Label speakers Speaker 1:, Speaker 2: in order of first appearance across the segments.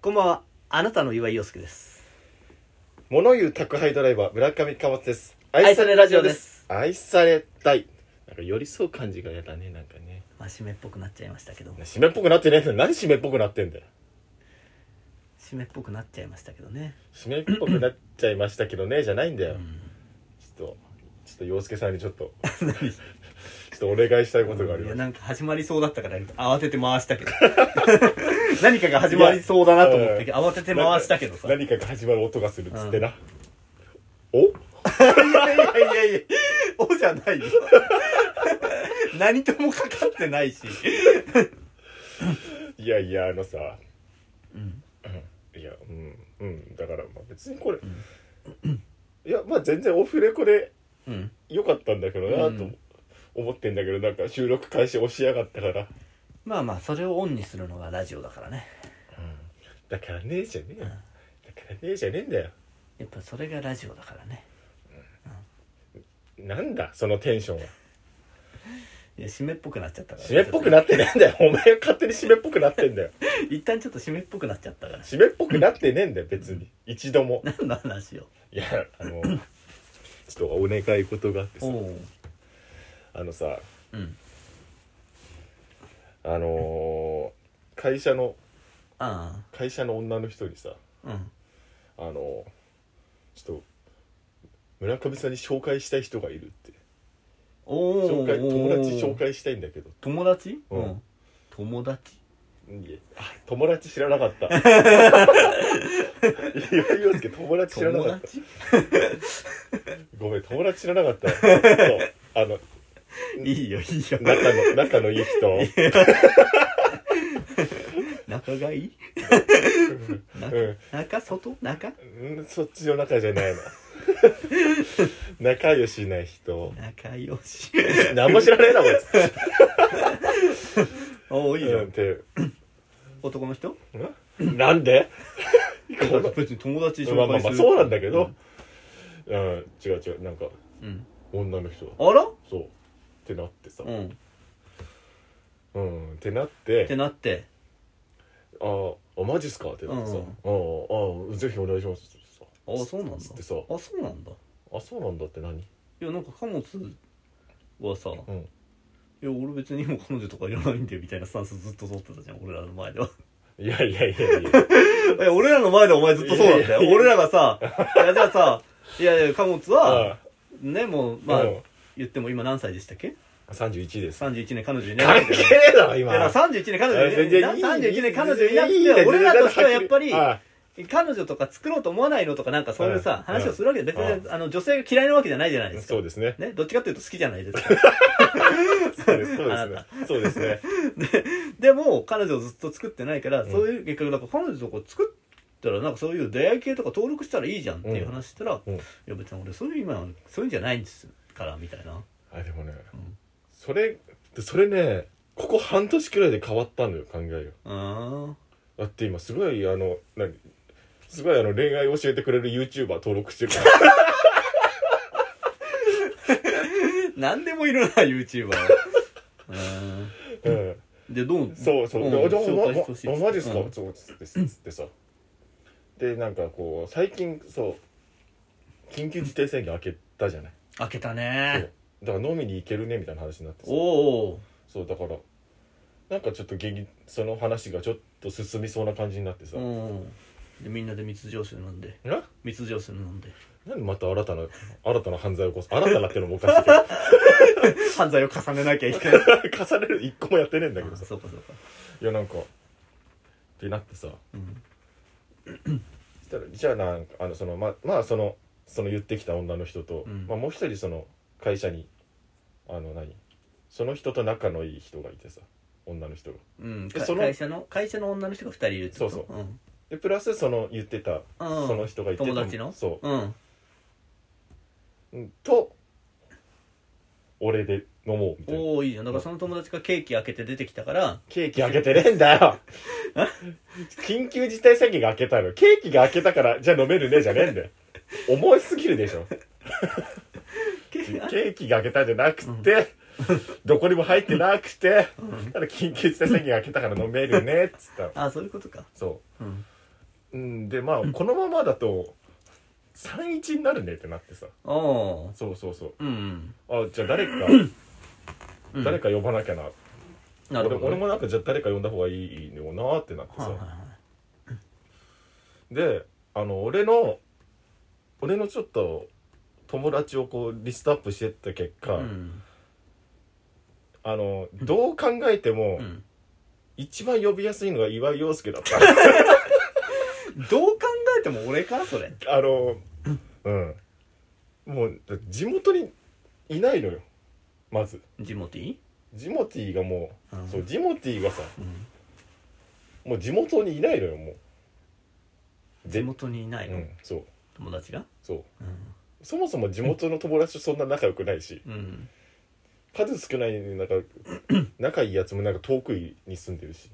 Speaker 1: こんばんは。あなたの岩井陽介です。
Speaker 2: 物言う宅配ドライバー村上貨物です
Speaker 1: 愛されラジオです
Speaker 2: 愛されたいなんか寄り添う感じがやだねなんかね
Speaker 1: まあ、締めっぽくなっちゃいましたけども。
Speaker 2: 締めっぽくなってねえのに何締めっぽくなってんだよ
Speaker 1: 締めっぽくなっちゃいましたけどね。
Speaker 2: 締めっぽくなっちゃいましたけどねじゃないんだよ、
Speaker 1: うん。
Speaker 2: ちょっとちょっと洋介さんにちょっと ちょっとお願いしたいことがあり
Speaker 1: い
Speaker 2: ま
Speaker 1: や、
Speaker 2: す
Speaker 1: なんか始まりそうだったから、慌てて回した けど。 何かが始まりそうだなと思ったけど、慌てて回したけどさ。
Speaker 2: 何かが始まる音がするっつってな、
Speaker 1: い
Speaker 2: お
Speaker 1: やいやいやいや、おじゃないよ。 何ともかかってないし。
Speaker 2: いやいやあのさ
Speaker 1: うん。
Speaker 2: いやうんうんだからまあ別にこれ、いやまあ全然オフレコで
Speaker 1: うん。
Speaker 2: 良かったんだけど
Speaker 1: う
Speaker 2: なんと思ってんだけど、なんか収録開始押しやがったから
Speaker 1: まあまあ、それをオンにするのがラジオだからね。
Speaker 2: だからねえじゃねえよ、だからねえじゃねえんだよ
Speaker 1: やっぱそれがラジオだからね。
Speaker 2: なんだそのテンション はい
Speaker 1: や、締めっぽくなっちゃったから。
Speaker 2: 締めっぽくなってねえんだよお前が勝手に締めっぽくなってんだ よ
Speaker 1: 一旦ちょっと締めっぽくなっちゃったから。
Speaker 2: 締めっぽくなってねえんだよ別に一度も
Speaker 1: 何の話を。
Speaker 2: いやあのちょっとお願い事があってさ
Speaker 1: おう。
Speaker 2: あのさ
Speaker 1: うん。
Speaker 2: あのー会社の
Speaker 1: あ
Speaker 2: 会社の女の人にさ
Speaker 1: あ。うん。
Speaker 2: あのーちょっと村上さんに紹介したい人がいるって
Speaker 1: おお。
Speaker 2: 紹介友達紹。介したいんだけど
Speaker 1: 友達
Speaker 2: うん。
Speaker 1: 友達
Speaker 2: いやあ友達知らな かった岩井陽介友達知らな
Speaker 1: 友
Speaker 2: かった
Speaker 1: 達
Speaker 2: ごめん友達知らなかったそうあの
Speaker 1: いいよ、いいよ。
Speaker 2: 仲の仲のいい人、
Speaker 1: 仲がいい仲中外中
Speaker 2: うんうん、そっちの仲じゃないの 仲良しな人
Speaker 1: 仲良し。
Speaker 2: 何も知らねえなこいつ
Speaker 1: おお、いいじゃ
Speaker 2: うん
Speaker 1: ん。
Speaker 2: て
Speaker 1: 男の人
Speaker 2: んなんでこの
Speaker 1: 別に友達紹介する。
Speaker 2: まあまあまあそうなんだけど、うん違う違うなんか
Speaker 1: うん。
Speaker 2: 女の人
Speaker 1: あら
Speaker 2: そうってなってさ、
Speaker 1: うん。っ
Speaker 2: うん、ってなって
Speaker 1: てなって。
Speaker 2: ああマジっすかってなってさ「
Speaker 1: う
Speaker 2: うんん、ああぜひお願いします」ってさ
Speaker 1: ああ、そうなんだ。
Speaker 2: つってさ
Speaker 1: あ、そうなんだ。
Speaker 2: 「あそうなんだ」って何
Speaker 1: いや、なんか貨物はさ、
Speaker 2: うん
Speaker 1: いや、俺別にもう彼女とかいらないんだよみたいなスタンスずっと取ってたじゃん、俺らの前では。
Speaker 2: いやいや いやいや
Speaker 1: え、俺らの前でお前ずっとそうだったよ。
Speaker 2: いやいや
Speaker 1: 俺らがさ、いや、じゃあさ、いやいや、貨物は
Speaker 2: あ、
Speaker 1: ね、もう、まあ
Speaker 2: うん、
Speaker 1: 言っても今何歳でしたっけ
Speaker 2: 31です
Speaker 1: ?31 年彼女いな
Speaker 2: 関
Speaker 1: い
Speaker 2: 係ねえだろ
Speaker 1: い
Speaker 2: 今
Speaker 1: や、31年彼女いね
Speaker 2: 全然いい
Speaker 1: 31年彼女いなく
Speaker 2: いいんだ
Speaker 1: て、
Speaker 2: よ
Speaker 1: 俺らとしてはやっぱり、
Speaker 2: あ
Speaker 1: 彼女とか作ろうと思わないのとかなんかそういう
Speaker 2: う
Speaker 1: さ
Speaker 2: ん、
Speaker 1: 話をするわけで、別
Speaker 2: う
Speaker 1: にあの女性が嫌いなわけじゃないじゃない
Speaker 2: あ
Speaker 1: ですか
Speaker 2: そう。ですね
Speaker 1: ね、どっちかっていうと好きじゃないですか。
Speaker 2: そうですそうで
Speaker 1: あ
Speaker 2: す
Speaker 1: な
Speaker 2: ねそうですね
Speaker 1: でも、彼女をずっと作ってないから、
Speaker 2: ん
Speaker 1: そういう結果、なんか彼女とか作ったら、なんかそういう出会い系とか登録したらいいじゃんっていう話したら、
Speaker 2: うんうん
Speaker 1: いや別に俺そういう今、そういうんじゃないんですから、みたいな。
Speaker 2: あでもね、
Speaker 1: ん
Speaker 2: それそれねここ半年くらいで変わったのよ考えが
Speaker 1: うーん。
Speaker 2: だって今すごいあの何すごいあの恋愛教えてくれる YouTuber 登録してるから、
Speaker 1: 何でもいるな、YouTuber は。うーん。
Speaker 2: うん
Speaker 1: で、どう
Speaker 2: そうそう、
Speaker 1: ん
Speaker 2: であじゃあ
Speaker 1: 紹
Speaker 2: ま
Speaker 1: 介してほしい
Speaker 2: まあマジっすか、
Speaker 1: うん
Speaker 2: そうつってつってさでなんかこう最近そう緊急事態宣言開けたじゃない、
Speaker 1: 開けた
Speaker 2: そ
Speaker 1: ね
Speaker 2: うだから飲みに行けるねみたいな話になってさ
Speaker 1: おお
Speaker 2: そうだからなんかちょっと激その話がちょっと進みそうな感じになってさ、
Speaker 1: う
Speaker 2: なん
Speaker 1: でみんなで密情酒飲んで
Speaker 2: な
Speaker 1: 密情酒飲 んで
Speaker 2: んでまた新たな新たな犯罪を起こす新たなってのもおかしいけ
Speaker 1: 犯罪を重ねなきゃいけない
Speaker 2: ど 重ねる一個もやってねえんだけどさ
Speaker 1: そうかそうか
Speaker 2: いやなんかってなってさ
Speaker 1: うん
Speaker 2: したらじゃあなんかあのそのままあそのその言ってきた女の人と、
Speaker 1: うん
Speaker 2: まあ、もう一人その会社にあの何その人と仲のいい人がいてさ女の人が
Speaker 1: うん、
Speaker 2: で
Speaker 1: か
Speaker 2: その
Speaker 1: 会社の会社の女の人が2人いるってこと
Speaker 2: そうそ
Speaker 1: うん
Speaker 2: でプラスその言ってた、
Speaker 1: うん
Speaker 2: その人がいて
Speaker 1: 友達の
Speaker 2: そ
Speaker 1: うん
Speaker 2: う、うんと俺で飲もうみたいな
Speaker 1: おおいいじゃんだからその友達がケーキ開けて出てきたから
Speaker 2: ケーキ開けてねえん だよ緊急事態宣言が開けたのケーキが開けたからじゃあ飲めるねじゃねえんだよ重いすぎるでしょ
Speaker 1: ケ
Speaker 2: ケ
Speaker 1: ーキ
Speaker 2: ーキが開けたんじゃなくて、どこにも入ってなくて、ただ緊急事態宣言が開けたから飲めるねっつったの
Speaker 1: あそういうことか
Speaker 2: そ
Speaker 1: うん
Speaker 2: うんでまあこのままだと31になるねってなってさ
Speaker 1: ああ
Speaker 2: そうそうそう
Speaker 1: うん
Speaker 2: あじゃあ誰か
Speaker 1: うん
Speaker 2: 誰か呼ばなきゃな
Speaker 1: なるほ
Speaker 2: 俺
Speaker 1: ど
Speaker 2: も俺もなんかじゃあ誰か呼んだ方がいいのかなってなって
Speaker 1: はいはい
Speaker 2: さ
Speaker 1: はい
Speaker 2: であの俺の俺のちょっと友達をこうリストアップしてった結果、
Speaker 1: うん
Speaker 2: あのどう考えても、
Speaker 1: うん
Speaker 2: 一番呼びやすいのが岩井陽介だった
Speaker 1: どう考えても俺かそれ
Speaker 2: あのうんもう地元にいないのよまず
Speaker 1: ジモティ
Speaker 2: ジモティがもう、
Speaker 1: うん
Speaker 2: そうジモティがさ
Speaker 1: うん
Speaker 2: もう地元にいないのよもう
Speaker 1: 地
Speaker 2: で
Speaker 1: 元にいないうの
Speaker 2: んそう
Speaker 1: 友達が
Speaker 2: そう
Speaker 1: うん
Speaker 2: そもそも地元の友達とそんな仲良くないし
Speaker 1: うん
Speaker 2: 数少ないなんか仲いいやつもなんか遠くに住んでるし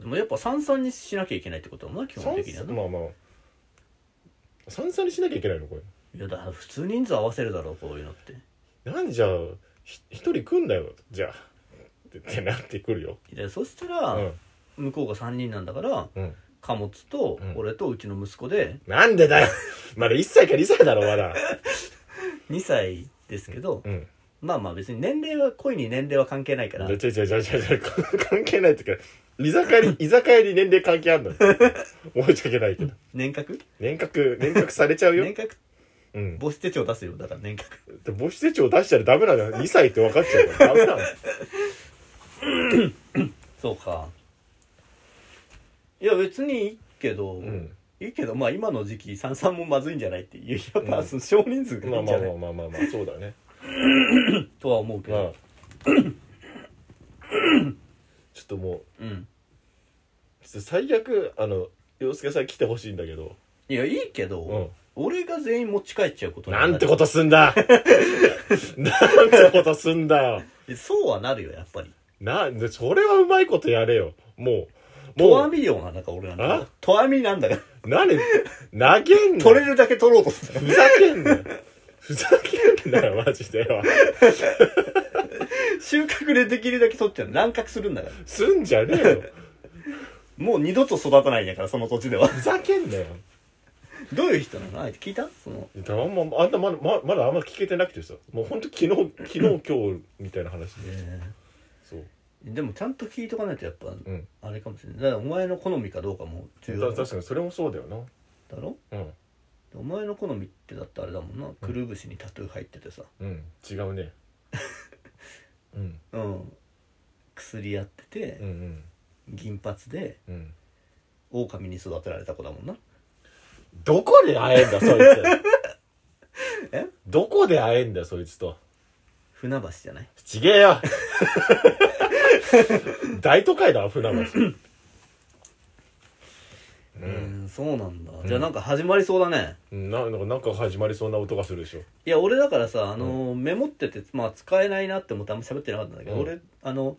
Speaker 1: でもやっぱ三々にしなきゃいけないってことだもんな基本的には
Speaker 2: 三
Speaker 1: な
Speaker 2: まあまあ三々にしなきゃいけないのこれ
Speaker 1: いやだから普通人数合わせるだろうこういうのって
Speaker 2: なんじゃあひ一人来んだよじゃあってってなってくるよ
Speaker 1: でそした
Speaker 2: う
Speaker 1: ら
Speaker 2: ん
Speaker 1: 向こうが3人なんだから
Speaker 2: うん
Speaker 1: 貨物と
Speaker 2: うん
Speaker 1: 俺とうちの息子で
Speaker 2: なんでだ よまだ1歳か2歳だろまだ
Speaker 1: 2歳ですけど
Speaker 2: うん
Speaker 1: まあまあ別に年齢は恋に年齢は関係ないから
Speaker 2: じゃじゃじゃじゃじゃ関係ないってか居 酒屋に居酒屋に年齢関係あんの申し訳ないけど
Speaker 1: 年格
Speaker 2: 年賀年賀されちゃうよ
Speaker 1: 年格
Speaker 2: うん
Speaker 1: 母子手帳出すよだから年格
Speaker 2: で母子手帳出したらダメなんだよ2歳って分かっちゃうからダメなんだよ
Speaker 1: そうかいや別にいいけど、
Speaker 2: うん
Speaker 1: いいけどまあ今の時期三々もまずいんじゃないっていうやっぱ、
Speaker 2: うん
Speaker 1: その少人数がい
Speaker 2: ま
Speaker 1: い
Speaker 2: あ
Speaker 1: んじ
Speaker 2: ま
Speaker 1: ゃ
Speaker 2: あ
Speaker 1: ない、
Speaker 2: まあまあまあまあそうだね
Speaker 1: とは思うけ
Speaker 2: まあ
Speaker 1: ど、
Speaker 2: ちょっとも
Speaker 1: うん
Speaker 2: うちょっと最悪あの洋介さん来てほしいんだけど
Speaker 1: いやいいけど、
Speaker 2: うん
Speaker 1: 俺が全員持ち帰っちゃうことに
Speaker 2: なんて
Speaker 1: と
Speaker 2: ことす んだなんてことすんだよ
Speaker 1: そうはなるよやっぱり
Speaker 2: なんでそれはうまいことやれよもう
Speaker 1: と
Speaker 2: も
Speaker 1: わみ量なんだから俺なんだ
Speaker 2: あ
Speaker 1: からとわみなんだから
Speaker 2: う何投げんな
Speaker 1: 取れるだけ取ろうとする
Speaker 2: ふざけんなよふざけんなよマジでよ
Speaker 1: 収穫でできるだけ取っちゃう乱獲するんだから
Speaker 2: すんじゃねえよ
Speaker 1: もう二度と育たないんだからその土地では
Speaker 2: ふざけんなよ
Speaker 1: どういう人なのあえて聞いたその
Speaker 2: あんまあんたまだままだあんま聞けてなくてさもうほんと昨日昨日今日みたいな話で
Speaker 1: え
Speaker 2: そう
Speaker 1: ーでもちゃんと聞いとかないとやっぱ
Speaker 2: うん
Speaker 1: あれかもしれないだからお前の好みかどうかも重要
Speaker 2: た
Speaker 1: だ
Speaker 2: 確かにそれもそうだよな
Speaker 1: ろ
Speaker 2: うん
Speaker 1: お前の好みってだってあれだもんなくるぶしにタトゥー入っててさ
Speaker 2: うん違うねうん
Speaker 1: うん薬やってて
Speaker 2: うんうん
Speaker 1: 銀髪で
Speaker 2: うん
Speaker 1: 狼に育てられた子だもんな
Speaker 2: どこで会えんだそいつ
Speaker 1: え
Speaker 2: どこで会えんだよそいつと
Speaker 1: 船橋じゃない
Speaker 2: ちげえよ大都会だわ船橋
Speaker 1: う
Speaker 2: うん
Speaker 1: んそうなんだじゃあなんか始まりそうだね
Speaker 2: ななんかなんか始まりそうな音がするでしょ
Speaker 1: いや俺だからさあのーメモっててまあ使えないなって思ってあんま喋ってなかったんだけど
Speaker 2: うん
Speaker 1: 俺あの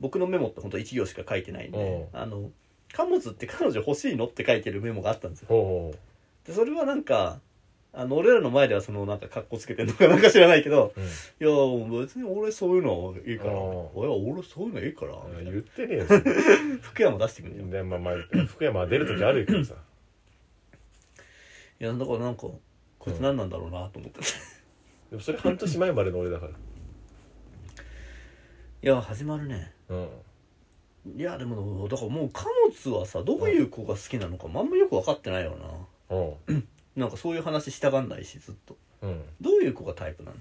Speaker 1: 僕のメモって本当一1行しか書いてないんで
Speaker 2: う
Speaker 1: あの貨物って彼女欲しいのって書いてるメモがあったんですよ
Speaker 2: ほう
Speaker 1: でそれはなんかあの俺らの前ではそのなんか格好つけてんのかなんか知らないけど
Speaker 2: ほう、うん
Speaker 1: いや別に俺そういうのいいから
Speaker 2: あ
Speaker 1: いや
Speaker 2: ー
Speaker 1: 俺そういうのいいから
Speaker 2: あ
Speaker 1: みたい
Speaker 2: 言
Speaker 1: な
Speaker 2: ってねえよそれ
Speaker 1: 福山出してくるじゃんい
Speaker 2: で、まあまあ、福山は出る時あるけどさ
Speaker 1: やだからなんかこいつ何なんだろうなと思って、い
Speaker 2: でもそれ半年前までの俺だか
Speaker 1: や始まるね
Speaker 2: らうん
Speaker 1: いやでもだからもう貨物はさどういう子が好きなのかもあんまよく分かってないよな
Speaker 2: うん
Speaker 1: なんかそういう話したがんないしずっと
Speaker 2: うん
Speaker 1: どういう子がタイプなの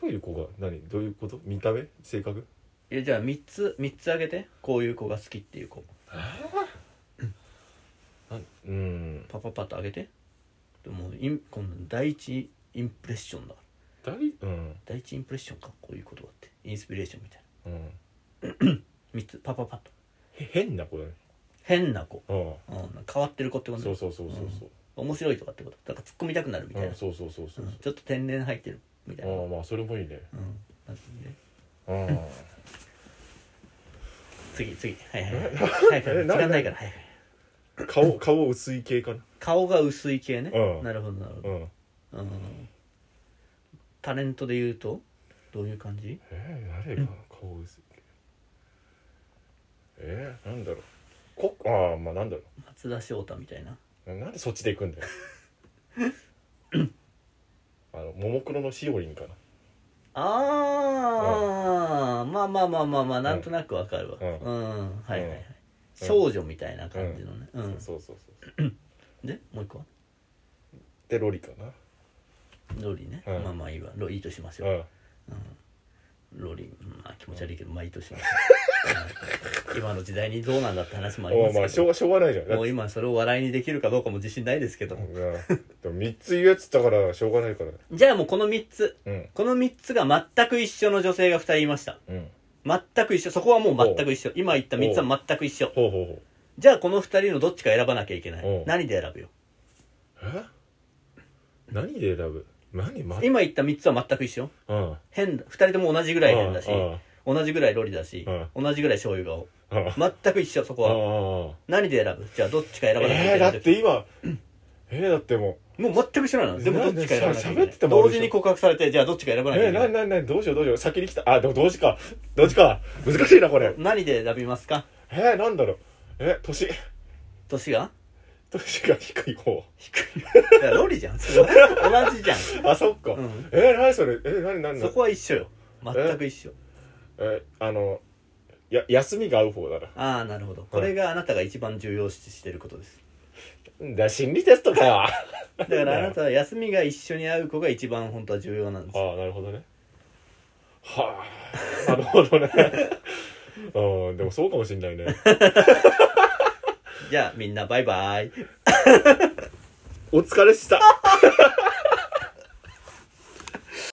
Speaker 2: どういう子が何どういうこと見た目性格
Speaker 1: えじゃあ3つ三つあげてこういう子が好きっていう子
Speaker 2: なんうん
Speaker 1: パパパッとあげてでもインこん第一インプレッションだから
Speaker 2: 大うん
Speaker 1: 第一インプレッションかこういう言葉ってインスピレーションみたい
Speaker 2: うん
Speaker 1: な3つパパパッと
Speaker 2: へ変な子だね
Speaker 1: 変な子、
Speaker 2: うん
Speaker 1: うん、変わってる子ってこと
Speaker 2: そう
Speaker 1: ね
Speaker 2: そうそうそうそう
Speaker 1: 面白いとかってことだから突っ込みたくなるみた
Speaker 2: う
Speaker 1: い
Speaker 2: ん
Speaker 1: な、
Speaker 2: そうそうそうそう
Speaker 1: うんちょっと天然入ってるみたいな、うん
Speaker 2: ああまあそれもい いね
Speaker 1: なんかね
Speaker 2: うん
Speaker 1: 次次はいはいはいはいはい
Speaker 2: えな
Speaker 1: 時間ないからはいはい
Speaker 2: 顔顔薄い系かな
Speaker 1: 顔が薄い系ね、
Speaker 2: うん
Speaker 1: なるほどなるほど、
Speaker 2: う
Speaker 1: う
Speaker 2: ん
Speaker 1: んタレントで言うとどういう感じ
Speaker 2: えー、誰が顔薄い系えー、なんだろうこああまあなんだろ
Speaker 1: 松田翔太みたいな
Speaker 2: うなんでそっちで行くん だよあのももクロのしおりんかな
Speaker 1: ああ、まあまあまあまあまあなんとなくわかるわう、
Speaker 2: うんん
Speaker 1: はいはいは
Speaker 2: う
Speaker 1: い
Speaker 2: ん、
Speaker 1: 少女みたいな感じのね、うん
Speaker 2: そうそうそうそう
Speaker 1: でもう一個は
Speaker 2: でロリかな
Speaker 1: ロリね、
Speaker 2: うん
Speaker 1: まあまあいいわロいいとします
Speaker 2: う
Speaker 1: よ、
Speaker 2: ん
Speaker 1: ロリまあ気持ち悪いけどまあいいとします、はい今の時代にどうなんだって話もあり
Speaker 2: お
Speaker 1: ま
Speaker 2: うまあ
Speaker 1: す
Speaker 2: し
Speaker 1: け
Speaker 2: ょ
Speaker 1: ど
Speaker 2: うがしょうがないじゃんだっ
Speaker 1: もう
Speaker 2: て
Speaker 1: 今それを笑いにできるかどうかも自信ないですけど、
Speaker 2: うんでも3つ言うやつだからしょうがないから
Speaker 1: じゃあもうこの3つ
Speaker 2: うん
Speaker 1: この3つが全く一緒の女性が2人いました
Speaker 2: うん
Speaker 1: 全く一緒そこはもう全く一緒今言った3つは全く一緒
Speaker 2: ほうほうほう
Speaker 1: じゃあこの2人のどっちか選ばなきゃいけな
Speaker 2: お
Speaker 1: いう何で選ぶよ
Speaker 2: え何で選ぶ何ま
Speaker 1: 今言った3つは全く一緒
Speaker 2: うん
Speaker 1: 変だ2人とも同じぐらい変だし
Speaker 2: うんうん
Speaker 1: 同じぐらいロリだし
Speaker 2: う
Speaker 1: 同じぐらい醤油顔
Speaker 2: うんうん
Speaker 1: 全く一緒そこは
Speaker 2: うん
Speaker 1: 何で選ぶじゃあどっちか選ばなきゃい
Speaker 2: えー
Speaker 1: けな
Speaker 2: だ
Speaker 1: い
Speaker 2: って今えーだっても
Speaker 1: もう全く一緒なのでもどっちか選ばなきゃいけな
Speaker 2: なんでしゃ喋
Speaker 1: い
Speaker 2: ってもある
Speaker 1: 同
Speaker 2: でしょ
Speaker 1: 時に告白されてじゃあどっちか選ば
Speaker 2: う
Speaker 1: なきゃ
Speaker 2: え
Speaker 1: い
Speaker 2: ー
Speaker 1: けない
Speaker 2: なになになにどうしようどうしよう先に来たあでも同時か同時か難しいなこれ
Speaker 1: 何で選びます か
Speaker 2: えーなんだろうえ年
Speaker 1: 年が
Speaker 2: 年が低い方
Speaker 1: いやロリじゃんそれは同じじゃん
Speaker 2: あそっか
Speaker 1: うん
Speaker 2: えー何それえー何何
Speaker 1: そ
Speaker 2: 何
Speaker 1: こは一緒よ全く一緒
Speaker 2: えーあのや休みが合う方だな
Speaker 1: ああなるほどこれがあなたが一番重要視してることです
Speaker 2: んだ心理テストか よあ
Speaker 1: だからあなたは休みが一緒に会う子が一番本当は重要なんです
Speaker 2: あなるほどねはあなるほどね うんでもそうかもしんないね
Speaker 1: じゃあみんなバイバイ
Speaker 2: お疲れっした